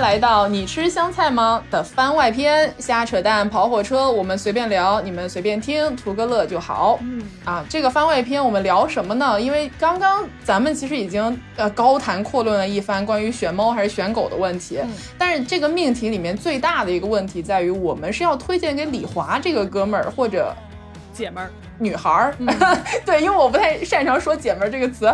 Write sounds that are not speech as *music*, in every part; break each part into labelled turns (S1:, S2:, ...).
S1: 来到《你吃香菜吗》的番外篇，瞎扯淡、跑火车，我们随便聊，你们随便听，图个乐就好。嗯啊，这个番外篇我们聊什么呢？因为刚刚咱们其实已经呃高谈阔论了一番关于选猫还是选狗的问题，但是这个命题里面最大的一个问题在于，我们是要推荐给李华这个哥们儿或者
S2: 姐们儿，
S1: 女孩儿， *laughs* 对，因为我不太擅长说“姐们儿”这个词，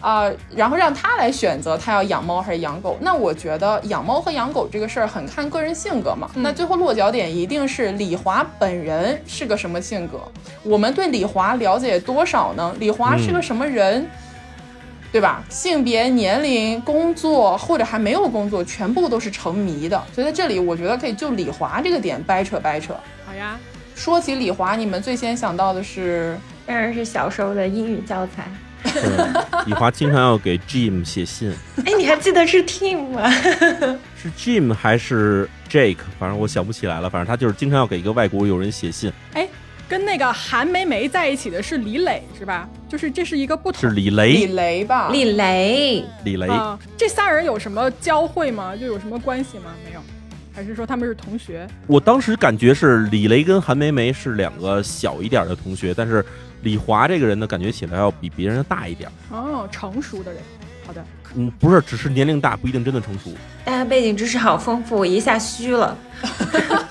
S1: 啊、然后让她来选择她要养猫还是养狗。那我觉得养猫和养狗这个事儿很看个人性格嘛。那最后落脚点一定是李华本人是个什么性格，我们对李华了解多少呢？李华是个什么人？对吧？性别、年龄、工作或者还没有工作，全部都是成谜的。所以在这里，我觉得可以就李华这个点掰扯掰扯。
S2: 好呀，
S1: 说起李华，你们最先想到的是
S3: 当然是小时候的英语教材。
S4: 对，李华经常要给 Jim 写信，
S3: *laughs* 哎，你还记得是 Team 吗？
S4: 是 Jim 还是 Jake？反正我想不起来了，反正他就是经常要给一个外国友人写信，
S2: 哎，跟那个韩梅梅在一起的是李磊是吧？就是这是一个不同
S4: 是李
S1: 李
S4: 雷，
S1: 雷吧？
S3: 李雷，
S4: 李雷，
S2: 啊、这仨人有什么交汇吗？就有什么关系吗？没有，还是说他们是同学？
S4: 我当时感觉是李雷跟韩梅梅是两个小一点的同学，但是李华这个人呢，感觉起来要比别人大一点。
S2: 哦，成熟的人。好的，
S4: 嗯，不是，只是年龄大不一定真的成熟。
S3: 大家背景知识好丰富，我一下虚了， *laughs*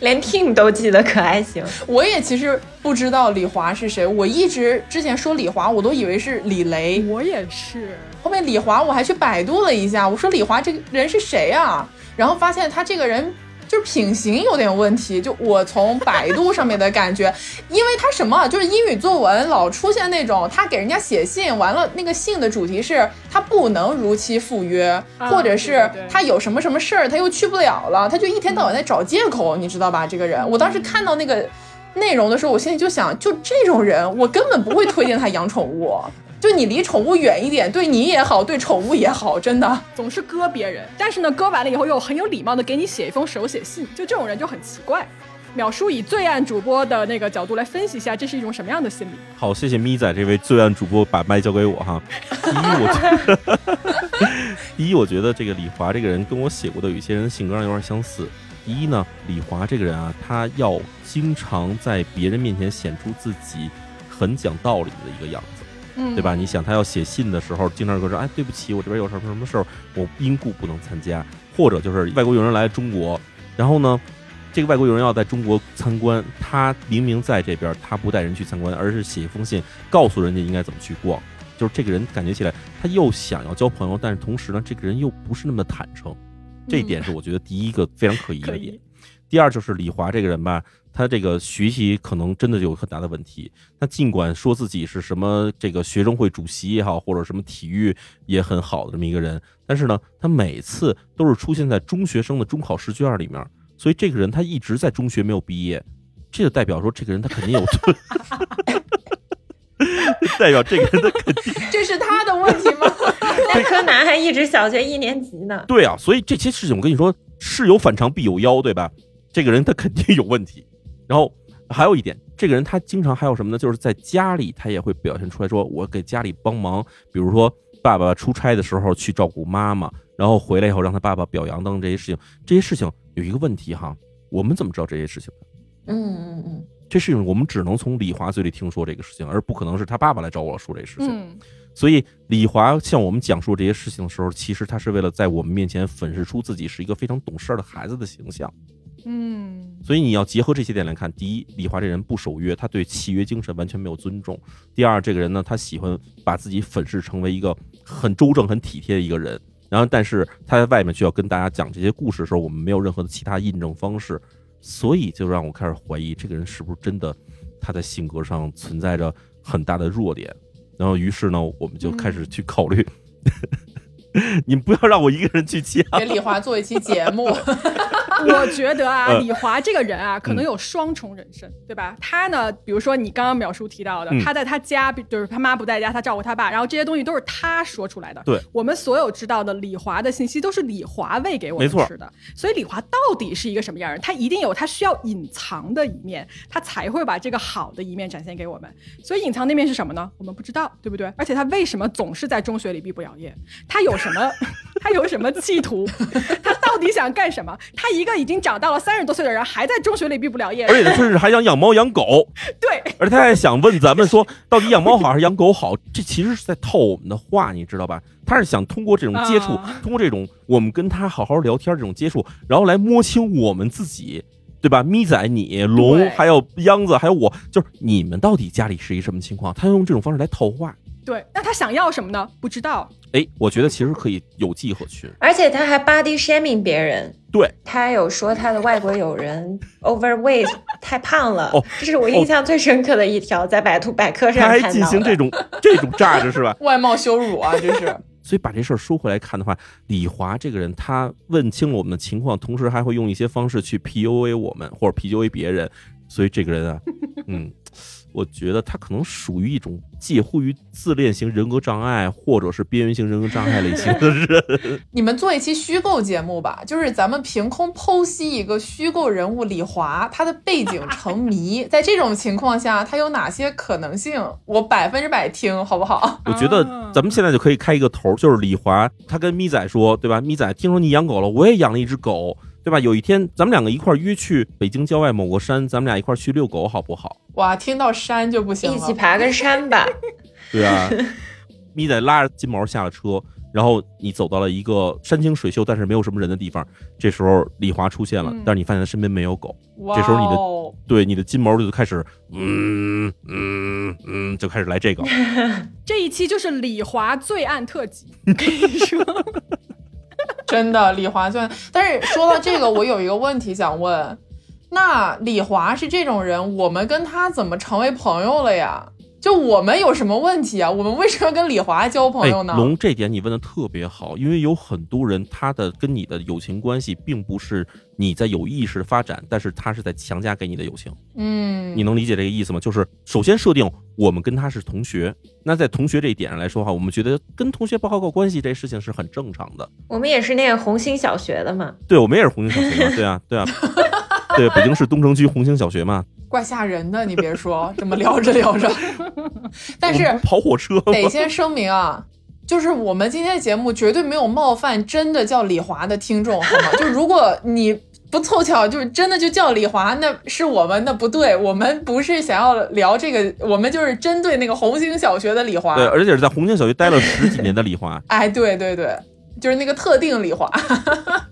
S3: 连 Team 都记得，可还行？
S1: 我也其实不知道李华是谁，我一直之前说李华，我都以为是李雷。
S2: 我也是。
S1: 后面李华我还去百度了一下，我说李华这个人是谁啊？然后发现他这个人。就是品行有点问题，就我从百度上面的感觉， *laughs* 因为他什么啊就是英语作文老出现那种他给人家写信，完了那个信的主题是他不能如期赴约，
S2: 啊
S1: 或者是
S2: 对对对
S1: 他有什么什么事儿他又去不了了，他就一天到晚在找借口，你知道吧？这个
S2: 嗯
S1: 人，我当时看到那个内容的时候，我心里就想，就这种人，我根本不会推荐他养宠物。 *laughs* 就你离宠物远一点，对你也好，对宠物也好，真的。
S2: 总是割别人，但是呢，割完了以后又很有礼貌的给你写一封手写信，就这种人就很奇怪。秒叔以罪案主播的那个角度来分析一下，这是一种什么样的心理？
S4: 好，谢谢咪仔这位罪案主播把麦交给我哈。 *laughs* 第一，我觉得， *laughs* 第一，我觉得这个李华这个人跟我写过的有一些人性格上有点相似。第一呢，李华这个人啊，他要经常在别人面前显出自己很讲道理的一个样子，
S1: 嗯
S4: 对吧？你想，他要写信的时候，经常跟我说：“哎，对不起，我这边有什么什么事儿，我因故不能参加。”或者就是外国友人来中国，然后呢，这个外国友人要在中国参观，他明明在这边，他不带人去参观，而是写一封信告诉人家应该怎么去逛。就是这个人感觉起来，他又想要交朋友，但是同时呢，这个人又不是那么坦诚，这一点是我觉得第一个非常可疑
S2: 嗯可
S4: 的点
S2: 以。，
S4: 第二就是李华这个人吧，他这个学习可能真的有很大的问题。他尽管说自己是什么这个学生会主席也好，或者什么体育也很好的这么一个人，但是呢，他每次都是出现在中学生的中考试卷里面，所以这个人他一直在中学没有毕业，这就代表说这个人他肯定有罪。 *laughs* 代表这个人他
S1: 这是他的问题吗？
S3: 那柯南还一直小学一年级呢。
S4: 对啊，所以这些事情我跟你说，事有反常必有妖，对吧？这个人他肯定有问题。然后还有一点，这个人他经常还有什么呢？就是在家里他也会表现出来说，我给家里帮忙，比如说爸爸出差的时候去照顾妈妈，然后回来以后让他爸爸表扬等等这些事情。这些事情有一个问题哈，我们怎么知道这些事情？
S3: 嗯嗯嗯，
S4: 这事情我们只能从李华嘴里听说这个事情，而不可能是他爸爸来找我说这个事情。
S2: 嗯，
S4: 所以李华向我们讲述这些事情的时候，其实他是为了在我们面前粉饰出自己是一个非常懂事儿的孩子的形象。
S2: 嗯，
S4: 所以你要结合这些点来看，第一，李华这人不守约，他对契约精神完全没有尊重；第二，这个人呢，他喜欢把自己粉饰成为一个很周正、很体贴的一个人。然后，但是他在外面去要跟大家讲这些故事的时候，我们没有任何的其他印证方式，所以就让我开始怀疑这个人是不是真的他在性格上存在着很大的弱点。然后，于是呢，我们就开始去考虑， *laughs* 你不要让我一个人去接啊
S1: 给李华做一期节目，
S2: *laughs* 我觉得啊，
S4: 呃
S2: 李华这个人啊，可能有双重人生，对吧？他呢，比如说你刚刚淼叔提到的，
S4: 嗯
S2: 他在他家，比就是他妈不在家，他照顾他爸，然后这些东西都是他说出来的。
S4: 对，
S2: 我们所有知道的李华的信息都是李华喂给我
S4: 没
S2: 们
S4: 错
S2: 吃的。所以李华到底是一个什么样的人？他一定有他需要隐藏的一面，他才会把这个好的一面展现给我们。所以隐藏那面是什么呢？我们不知道，对不对？而且他 *laughs* 为什么总是在中学里毕不了业？他有什么？他有什么企图？他到底想干什么？他一个已经长到了三十多岁的人，还在中学里毕不了业，
S4: 而且他甚至还想养猫养狗，
S2: 对，
S4: 而他还想问咱们说，到底养猫好还是养狗好？这其实是在套我们的话，你知道吧？他是想通过这种接触，
S2: 啊
S4: 通过这种我们跟他好好聊天这种接触，然后来摸清我们自己，对吧？咪仔你、龙
S1: 对
S4: 还有秧子还有我，就是你们到底家里是一什么情况？他用这种方式来套话。
S2: 对，那他想要什么呢？不知道。
S4: 哎，我觉得其实可以有迹可循。
S3: 而且他还 body shaming 别人。
S4: 对，
S3: 他有说他的外国友人 *laughs* overweight 太胖了，
S4: 哦
S3: 这是我印象最深刻的一条，在百度百科上
S4: 他还
S3: 看
S4: 进
S3: 到
S4: 行
S3: 的。
S4: 这种这种炸着是吧？
S1: 外貌羞辱啊，这是。 *laughs*
S4: 所以把这事儿说回来看的话，李华这个人，他问清了我们的情况，同时还会用一些方式去 PUA 我们或者 PUA 别人，所以这个人啊，嗯，我觉得他可能属于一种介乎于自恋型人格障碍或者是边缘型人格障碍类型的人。
S1: 你们做一期虚构节目吧，就是咱们凭空剖析一个虚构人物李华，他的背景成
S3: *laughs*
S1: 谜，在这种情况下，他有哪些可能性？我百分之百听，好不好？ *laughs*
S4: 我觉得咱们现在就可以开一个头儿，就是李华，他跟咪仔说，对吧？咪仔，听说你养狗了，我也养了一只狗，对吧？有一天咱们两个一块儿约去北京郊外某个山，咱们俩一块儿去遛狗，好不好？
S1: 哇，听到山就不行
S3: 一起
S1: 了。
S3: 爬个山吧，
S4: 对啊，咪仔拉着金毛下了车，然后你走到了一个山清水秀但是没有什么人的地方。这时候李华出现了，
S2: 嗯
S4: 但是你发现他身边没有狗，
S1: 哇、
S4: 这时候你的
S1: 哦，
S4: 对你的金毛就开始嗯嗯嗯，就开始来这个。
S2: 这一期就是李华罪案特辑，跟你说，
S1: 真的李华就，但是说到这个，我有一个问题想问，那李华是这种人，我们跟他怎么成为朋友了呀？就我们有什么问题啊？我们为什么要跟李华交朋
S4: 哎
S1: 友呢？，
S4: 龙，这点你问的特别好，因为有很多人他的跟你的友情关系并不是你在有意识地发展，但是他是在强加给你的友情。
S1: 嗯，
S4: 你能理解这个意思吗？就是首先设定我们跟他是同学，那在同学这一点上来说的话，我们觉得跟同学报告关系这事情是很正常的。
S3: 我们也是那个红星小学的嘛。
S4: 对，我们也是红星小
S1: *laughs*
S4: 学嘛，对啊，对啊，对，北京市东城区红星小
S1: *laughs*
S4: 学嘛，
S1: 怪吓人的，你别说， *laughs* 这么聊着聊
S4: *laughs*
S1: 着，但
S4: 我们
S1: 是
S4: 不跑火车
S1: 得
S4: 嘛，
S1: 先声明啊。就是我们今天的节目绝对没有冒犯真的叫李华的听众，
S4: *laughs*
S1: 好吗？就如果你不凑巧，就是真的就叫李华，那是我们的不对，我们不是想要聊这个，我们就是针对那个红星小学的李华
S4: 对，。而且是在红星小学待了十几年的
S1: *laughs*
S4: 李华，
S1: 哎，对对对，就是那个特定李华。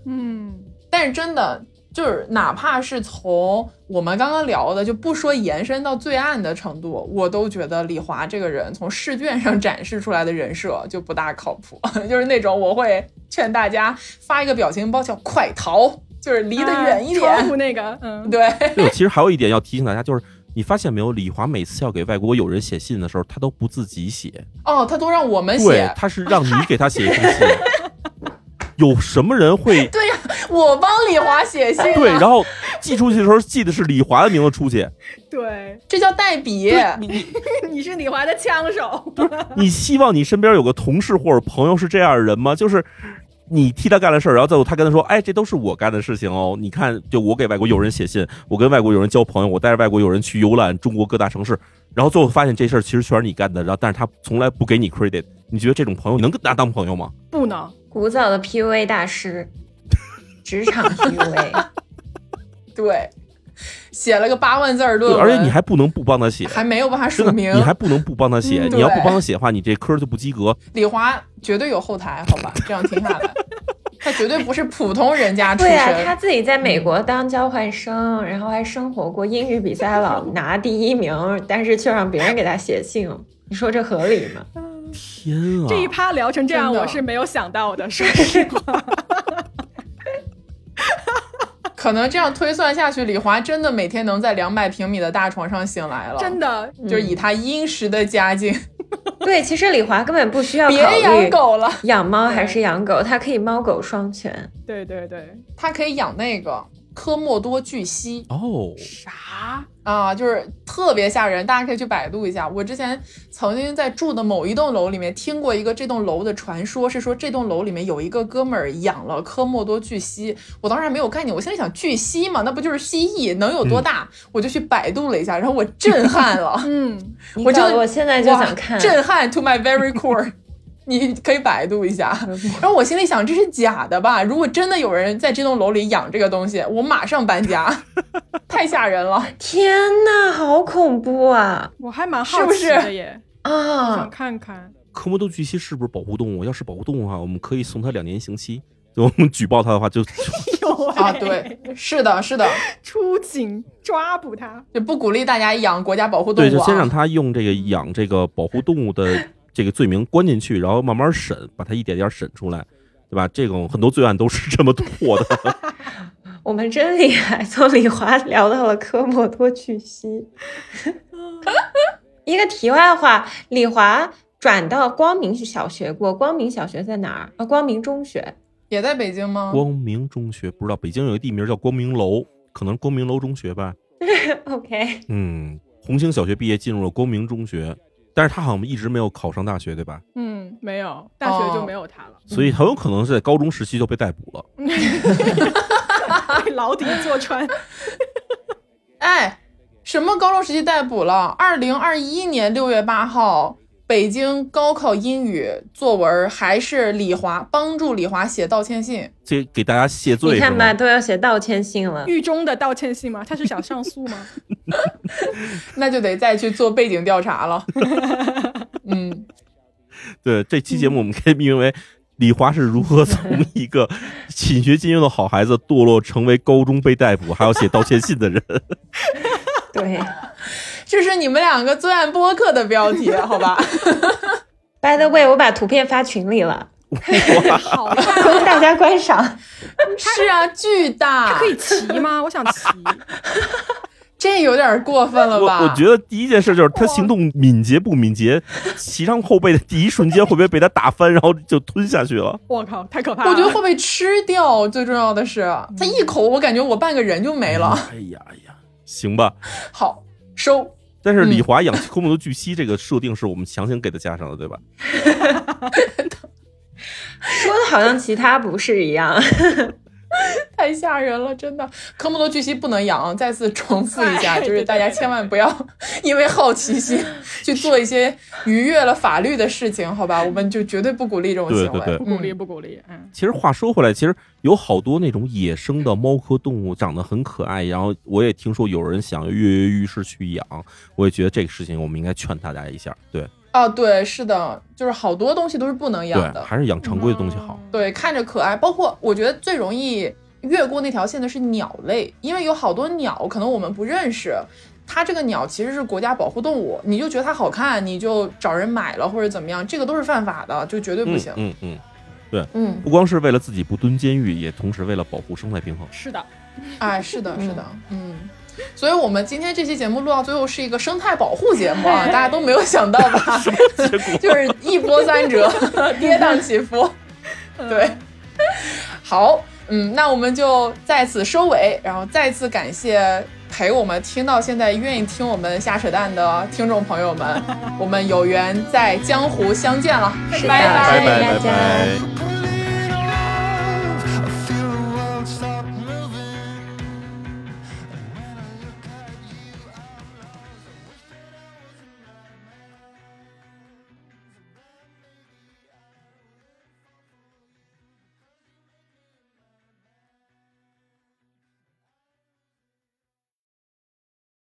S2: 嗯，
S1: 但是真的就是，哪怕是从我们刚刚聊的，就不说延伸到罪案的程度，我都觉得李华这个人从试卷上展示出来的人设就不大靠谱， *laughs* 就是那种我会劝大家发一个表情包叫“快逃”，就是离得远一
S2: 啊
S4: 哎
S2: 窗
S1: 点。
S2: 户那个，嗯，
S1: *laughs* 对，
S4: 对，其实还有一点要提醒大家，就是你发现没有，李华每次要给外国友人写信的时候，他都不自己写，
S1: 哦，他都让我们
S4: 对
S1: 写，，
S4: 他是让你给他写一封信。
S1: *laughs*
S4: 有什么人会
S1: 对呀、我帮李华写信、啊，
S4: 哎 *laughs* 对？然后寄出去的时候寄的是李华的名字出去，
S2: 对，
S1: 这叫代笔。
S2: *laughs* 你是李华的枪手，
S4: 你希望你身边有个同事或者朋友是这样的人吗？就是你替他干了事儿，然后最后他跟他说：“哎，这都是我干的事情哦。你看，就我给外国友人写信，我跟外国友人交朋友，我带着外国友人去游览中国各大城市，然后最后发现这事儿其实全是你干的，然后但是他从来不给你 credit。你觉得这种朋友你能跟他当朋友吗？
S2: 不能，
S3: 古早的 PUA 大师，职场 PUA，
S1: 对，写了个八万字儿论
S4: 对，
S1: 文，
S4: 而且你还不能不帮他写。”
S1: 还没有办法
S4: 真
S1: 署
S4: 的，
S1: 名
S4: 你。还不能不帮他写，
S1: 嗯
S4: 你要不
S1: 对
S4: 帮他写的话，你这科儿就不及格。
S1: 李华绝对有后台，好吧？这样听下来，他绝对不是普通人家出
S3: 对啊，
S1: 身。
S3: 他自己在美国当交换生，然后还生活过英语比赛老拿第一名，但是却让别人给他写信，你说这合理吗？ *laughs*
S4: 天啊！
S2: 这一趴聊成这样，
S1: 真的
S2: 我是没有想到的，说实话，
S1: 可能这样推算下去，李华真的每天能在两百平米的大床上醒来了。
S2: *laughs* 真的，
S1: 就是以他殷实的家境，
S3: 对，其实李华根本不需要考
S1: 别养
S3: 虑
S1: 狗了，
S3: 养猫还是养狗，他可以猫狗双全。
S2: 对对对，
S1: 他可以养那个科莫多巨蜥
S4: 哦，
S2: 啥？
S1: 啊，就是特别吓人，大家可以去百度一下。我之前曾经在住的某一栋楼里面听过一个这栋楼的传说，是说这栋楼里面有一个哥们儿养了科莫多巨蜥。我当时还没有概念，我现在想巨蜥嘛，那不就是蜥蜴，能有多大？我就去百度了一下，然后我震撼了，
S2: 嗯，
S3: *laughs* 你
S1: 我就
S3: 搞得我现在就
S1: 哇
S3: 想看，
S1: 震撼 to my very core。 *laughs* 你可以百度一
S3: *laughs*
S1: 下。
S3: 嗯
S1: 然后我心里想，这是假的吧？如果真的有人在这栋楼里养这个东西，我马上搬家，太吓人了。
S3: 天呐，好恐怖啊！
S2: 我还蛮
S1: 是
S2: 好
S1: 不
S2: 奇
S1: 是
S2: 的耶，想
S3: 啊，
S2: 看看。
S4: 科莫多巨蜥是不是保护动物？要是保护动物的话，我们可以送它两年刑期。 *laughs* 就我们举报它的话，就
S2: 有哎
S1: *laughs* 啊，对，是的，是的，
S2: 出警抓捕他，
S1: 就不鼓励大家养国家保护动物、
S4: 对，
S1: 啊。
S4: 就先让它用这个养这个保护动物的这个罪名关进去，然后慢慢审，把它一点点审出来，对吧？这种很多罪案都是这么破的。
S3: 我们真厉害，从李华聊到了科莫多巨蜥。 *laughs* 一个题外话，李华转到光明小学过，光明小学在哪儿？啊，光明中学。
S1: 也在北京吗？
S4: 光明中学不知道，北京有一地名叫光明楼，可能是光明楼中学吧。
S3: OK，
S4: 嗯，红星小学毕业进入了光明中学，但是他好像一直没有考上大学，对吧？
S2: 嗯，没有，大学就没有他了，
S4: 所以很有可能是在高中时期就被逮捕了。
S2: 被哦 *laughs* 牢底坐穿。
S1: 哎，什么高中时期逮捕了？二零二一年六月八号，北京高考英语作文还是李华帮助李华写道歉信。
S4: 这给大家谢罪
S3: 你
S4: 是
S3: 看吧，
S4: 吗？
S3: 都要写道歉信了。
S2: *laughs* 狱中的道歉信吗？他是想上诉吗？
S1: 那就得再去做背景调查了。 *laughs* 嗯，
S4: 对，这期节目我们可以命名为李华是如何从一个品学兼优的好孩子堕落成为高中被逮捕还要写道歉信的
S1: *laughs*
S4: 人。
S3: 对，
S1: 这是你们两个罪案播客的标题，好吧？ *laughs*
S3: By the way，我把图片发群里了，
S2: *laughs* 好呀，
S3: 供 *laughs* 大家观赏。
S1: 是啊，巨大，
S2: 可以骑吗？我想 *laughs* 骑。
S1: 这有点过分了
S4: 我
S1: 吧？
S4: 我觉得第一件事就是他行动敏捷不敏捷，骑上后背的第一瞬间会不会被他打翻，然后就吞下去了？
S2: 我靠，太可怕了！
S1: 我觉得会被吃掉，最重要的是，它一口，我感觉我半个人就没了。
S4: 哎呀哎呀，行吧。
S1: *laughs* 好，收。
S4: 但是李华
S1: 嗯
S4: 养科莫多巨蜥这个设定是我们强行给他加上的，对吧？
S3: 说的好像其他不是一样，
S1: 太吓人了，真的！科莫多巨蜥不能养，再次重复一下，
S2: 哎
S1: 就是大家千万不要 *laughs* 因为好奇心去做一些逾越了法律的事情，好
S4: *laughs*
S1: 吧？我们就绝对不鼓励这种
S4: 对
S1: 行为。
S4: 对对
S2: 不鼓励，不鼓励。嗯，
S4: 其实话说回来，其实有好多那种野生的猫科动物长得很可爱，然后我也听说有人想跃跃欲试去养，我也觉得这个事情我们应该劝大家一下，对
S1: 啊，对，是的，就是好多东西都是不能养
S4: 对，
S1: 的。嗯
S4: 还是养常规的东西好。
S2: 嗯
S1: 对，看着可爱，包括我觉得最容易越过那条线的是鸟类，因为有好多鸟可能我们不认识，它这个鸟其实是国家保护动物，你就觉得它好看，你就找人买了或者怎么样，这个都是犯法的，就绝对不
S4: 嗯
S1: 行。
S4: 嗯嗯，
S1: 嗯，
S4: 不光是为了自己不蹲监狱，也同时为了保护生态平衡。
S2: 是的，
S1: *laughs* 哎，是的，是的，嗯。所以，我们今天这期节目录到最后是一个生态保护节目
S4: *laughs*
S1: 啊，大家都没有想到吧？ *laughs*
S4: 结果
S1: 就是一波三
S4: *laughs*
S1: 折，跌宕起伏。
S4: 嗯
S1: 对， *laughs* 好，嗯，那我们就在此收尾，然后再次感谢陪我们听到现在愿意听我们瞎扯淡的听众朋友们，我们有缘在江湖相见了，
S3: 是的
S1: 拜
S3: 拜
S4: 拜 *laughs* *laughs* 拜
S3: 拜大家
S4: 拜。
S5: Thank you.